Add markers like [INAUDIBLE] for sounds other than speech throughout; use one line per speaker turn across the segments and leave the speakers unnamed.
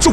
足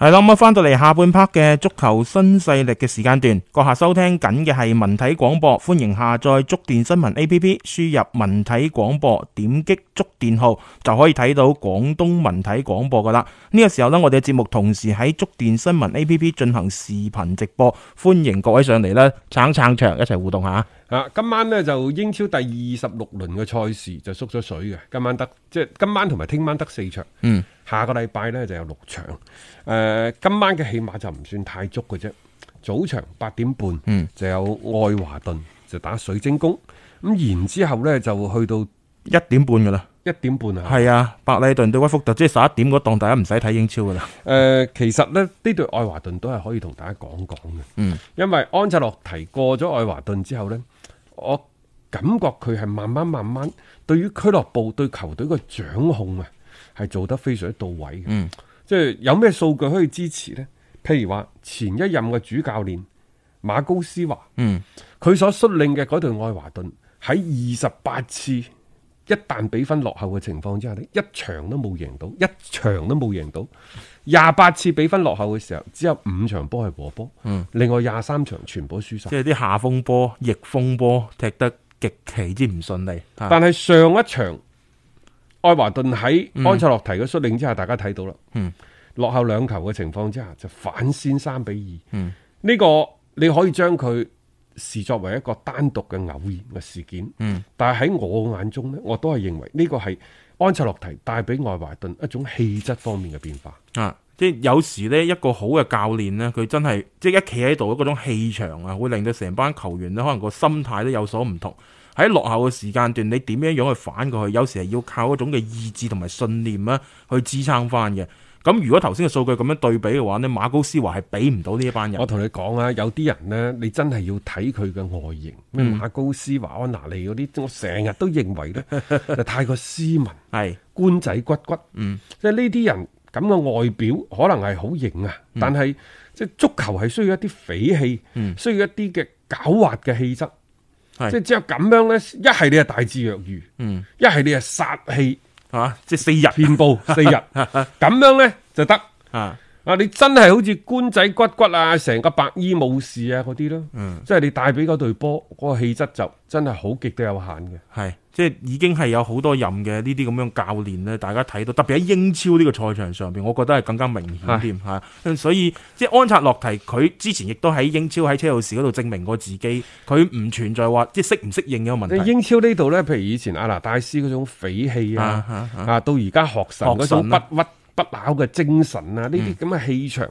係啦，咁啊，翻到嚟下半 part 嘅足球新勢力嘅時間段，閣下收聽緊嘅係文體廣播，歡迎下載觸電新聞 A P P，輸入文體廣播，點擊觸電號就可以睇到廣東文體廣播噶啦。呢、個時候呢，我哋嘅節目同時喺觸電新聞 A P P 進行視頻直播，歡迎各位上嚟啦，撐撐場一齊互動下。
啊，今晚呢，就英超第二十六輪嘅賽事就縮咗水嘅，今晚得即係今晚同埋聽晚得四場，嗯，下個禮拜呢就有六場，誒、呃今晚嘅戲碼就唔算太足嘅啫，早場八點半，嗯，就有愛華頓就打水晶宮，咁然之後呢，就去到
一點半噶啦，
一點半啊，
係啊，白禮頓對屈福特，即係十一點嗰檔，大家唔使睇英超噶啦。
誒、呃其實咧呢對愛華頓都係可以同大家講講嘅，嗯，因為安切洛提過咗愛華頓之後呢，我感覺佢係慢慢慢慢對於俱樂部對球隊嘅掌控啊，係做得非常之到位嘅，嗯，即係有咩數據可以支持呢？譬如話前一任嘅主教練馬高斯華，嗯，佢所率領嘅嗰隊愛華頓喺二十八次。一旦比分落後嘅情況之下呢一場都冇贏到，一場都冇贏到。廿八次比分落後嘅時候，只有五場波係和波，另外廿三場全部輸晒。
即係啲下風波、逆風波踢得極其之唔順利。啊
但係上一場愛華頓喺安切洛提嘅率領之下，大家睇到啦，落後兩球嘅情況之下就反先三比二。呢、個你可以將佢視作為一個單獨嘅偶然嘅事件。但係喺我眼中呢，我都係認為呢個係安切洛提帶俾愛華頓一種氣質方面嘅變化。
啊，即係有時呢，一個好嘅教練呢，佢真係即係一企喺度嗰種氣場啊，會令到成班球員呢，可能個心態都有所唔同。喺落後嘅時間段，你點樣樣去反過去？有時係要靠嗰種嘅意志同埋信念啦，去支撐翻嘅。咁如果頭先嘅數據咁樣對比嘅話呢，馬高斯華係俾唔到呢一班人
我。同你講啊，有啲人呢，你真係要睇佢嘅外形，咩馬高斯、華安娜利嗰啲，我成日都認為呢，就太過斯文，
係
官仔骨骨，嗯，即係呢啲人咁嘅外表可能係好型啊，但係即係足球係需要一啲匪氣，需要一啲嘅狡猾嘅氣質，
係
即嗯係只有咁樣呢，一係你係大智若愚，嗯，一係你係殺氣
嚇、啊即係四
[LAUGHS]
日
遍佈四日，咁樣呢就得。
啊，
啊！你真係好似官仔骨骨啊，成個白衣武士啊嗰啲咯，即係你帶俾嗰隊波嗰、個氣質就真係好極都有限嘅。
係即係已經係有好多任嘅呢啲咁樣教練咧，大家睇到，特別喺英超呢個賽場上邊，我覺得係更加明顯添嚇。咁所以即係安察洛提，佢之前亦都喺英超喺車路士嗰度證明過自己，佢唔存在話即係適唔適應嘅問
你
題。
英超呢度呢，譬如以前阿拿戴斯嗰種匪氣啊，
啊
啊
啊
到而家學神嗰
學
種
神
不
啊
屈不撓嘅精神啊，呢啲咁嘅氣場，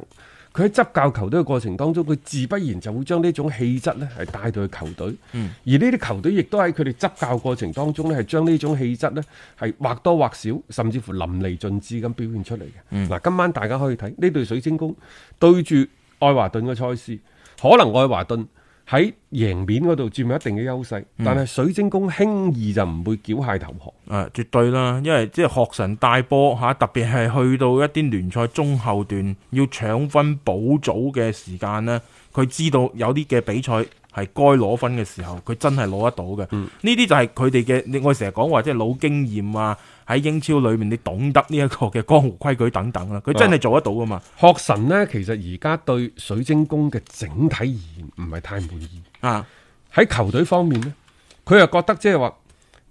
佢喺執教球隊嘅過程當中，佢自不然就會將呢種氣質呢係帶到去球隊。而呢啲球隊亦都喺佢哋執教過程當中呢，係將呢種氣質呢係或多或少，甚至乎淋漓盡致咁表現出嚟嘅。嗱、今晚大家可以睇呢隊水晶宮對住愛華頓嘅賽事，可能愛華頓。喺贏面嗰度佔有一定嘅優勢，但係水晶宮輕易就唔會繳械投降。
誒、呃絕對啦，因為即係學神帶波嚇，特別係去到一啲聯賽中後段要搶分補組嘅時間呢，佢知道有啲嘅比賽係該攞分嘅時候，佢真係攞得到嘅。
嗯
呢啲、就係佢哋嘅，你我成日講話即係老經驗啊，喺英超裏面你懂得呢一個嘅江湖規矩等等啦，佢真
啊
係做得到噶嘛。
學神呢，其實而家對水晶宮嘅整體而言唔係太滿意。
啊，
喺球隊方面呢，佢又覺得即係話，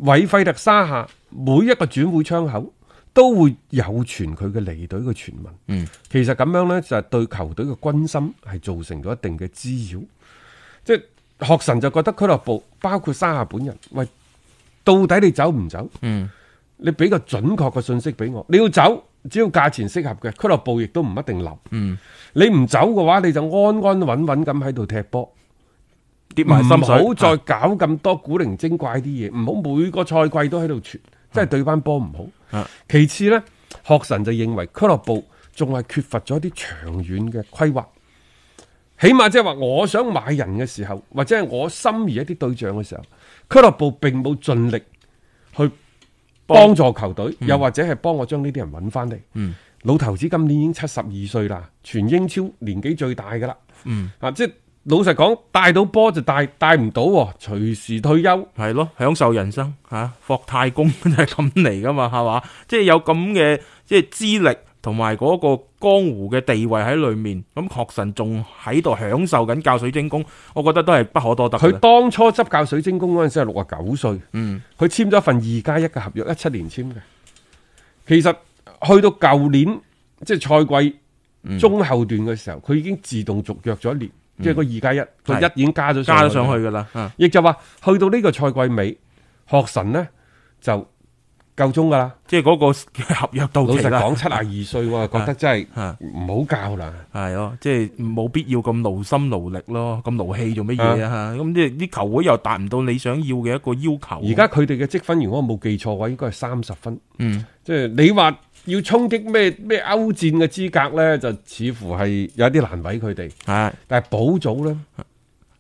韋費特沙下每一個轉會窗口都會有傳佢嘅離隊嘅傳聞。嗯，其實咁樣呢，就係、對球隊嘅軍心係造成咗一定嘅滋擾。即係學神就覺得俱樂部包括沙下本人，喂，到底你走唔走？嗯，你俾個準確嘅信息俾我，你要走只要價錢適合嘅，俱樂部亦都唔一定留。嗯，你唔走嘅話，你就安安穩穩咁喺度踢波，
跌
唔
埋心水，啊
好再搞咁多古靈精怪啲嘢，唔好每個賽季都喺度傳，即係對班波唔好
啊。
其次呢，學神就認為俱樂部仲係缺乏咗一啲長遠嘅規劃。起碼即係話，我想買人嘅時候，或者係我心儀一啲對象嘅時候，俱樂部並冇盡力去幫助球隊，
嗯
又或者係幫我將呢啲人揾翻嚟。老頭子今年已經七十二歲啦，全英超年紀最大噶啦。
嗯
啊，即係老實講，帶到波就帶，帶唔到喎，隨時退休。
係咯，享受人生吓、啊霍太公 [LAUGHS] 就係咁嚟噶嘛，係嘛？即係有咁嘅即係資歷同埋嗰個江湖嘅地位喺裏面，咁學神仲喺度享受緊教水晶宮，我覺得都係不可多得㗎
佢
啦。
當初執教水晶宮嗰陣時係六啊九歲，嗯，佢簽咗一份二加一嘅合約，一七年簽嘅。其實去到舊年即係賽季中後段嘅時候，佢、已經自動續約咗一年，即係個二加一，佢
嗯係
一已經加咗
加咗
去
上去噶啦，啊
亦就話去到呢個賽季尾，學神呢就夠鐘㗎啦。
即係嗰個 [LAUGHS] 合約到
老
期
實
啦。
講，七廿二歲我覺得真係
啊
唔好教啦。
係咯，即係冇必要咁勞心勞力咯，咁勞氣做乜嘢啊？咁即係啲球會又達唔到你想要嘅一個要求。
而家佢哋嘅積分，如果我冇記錯嘅話，應該係三十分。
嗯，
即係你話要衝擊咩咩歐戰嘅資格呢，就似乎係有啲難為佢哋。
係
但係保組呢，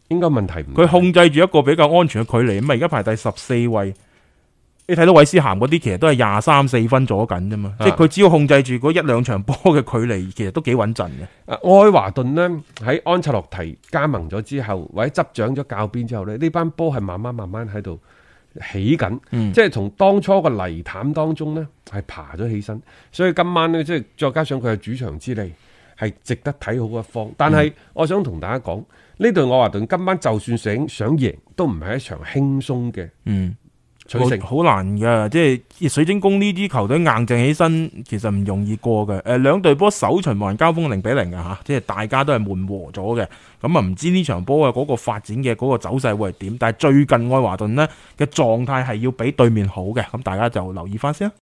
應該問題唔大
啊佢控制住一個比較安全嘅距離，咁啊而家排第十四位。你睇到韋斯咸嗰啲，其實都係廿三四分左緊啫嘛，
啊
即係佢只要控制住嗰一兩場波嘅距離，其實都幾穩陣嘅。
啊愛華頓呢，喺安切洛提加盟咗之後，或者執掌咗教鞭之後呢，呢班波係慢慢慢慢喺度起緊，即係從當初個泥潭當中呢，係爬咗起身。所以今晚呢，即係再加上佢係主場之利，係值得睇好一方。但係我想同大家講，呢隊愛華頓今晚就算想想贏，都唔係一場輕鬆嘅
嗯，
取勝。
好好難嘅，即係水晶宮呢啲球隊硬淨起身，其實唔容易過嘅。誒兩隊波首循環交鋒零比零嘅啊嚇，即係大家都係悶和咗嘅。咁啊，唔知呢場波嘅嗰個發展嘅嗰個走勢會係點？但係最近愛華頓呢嘅狀態係要比對面好嘅，咁大家就留意翻先啦。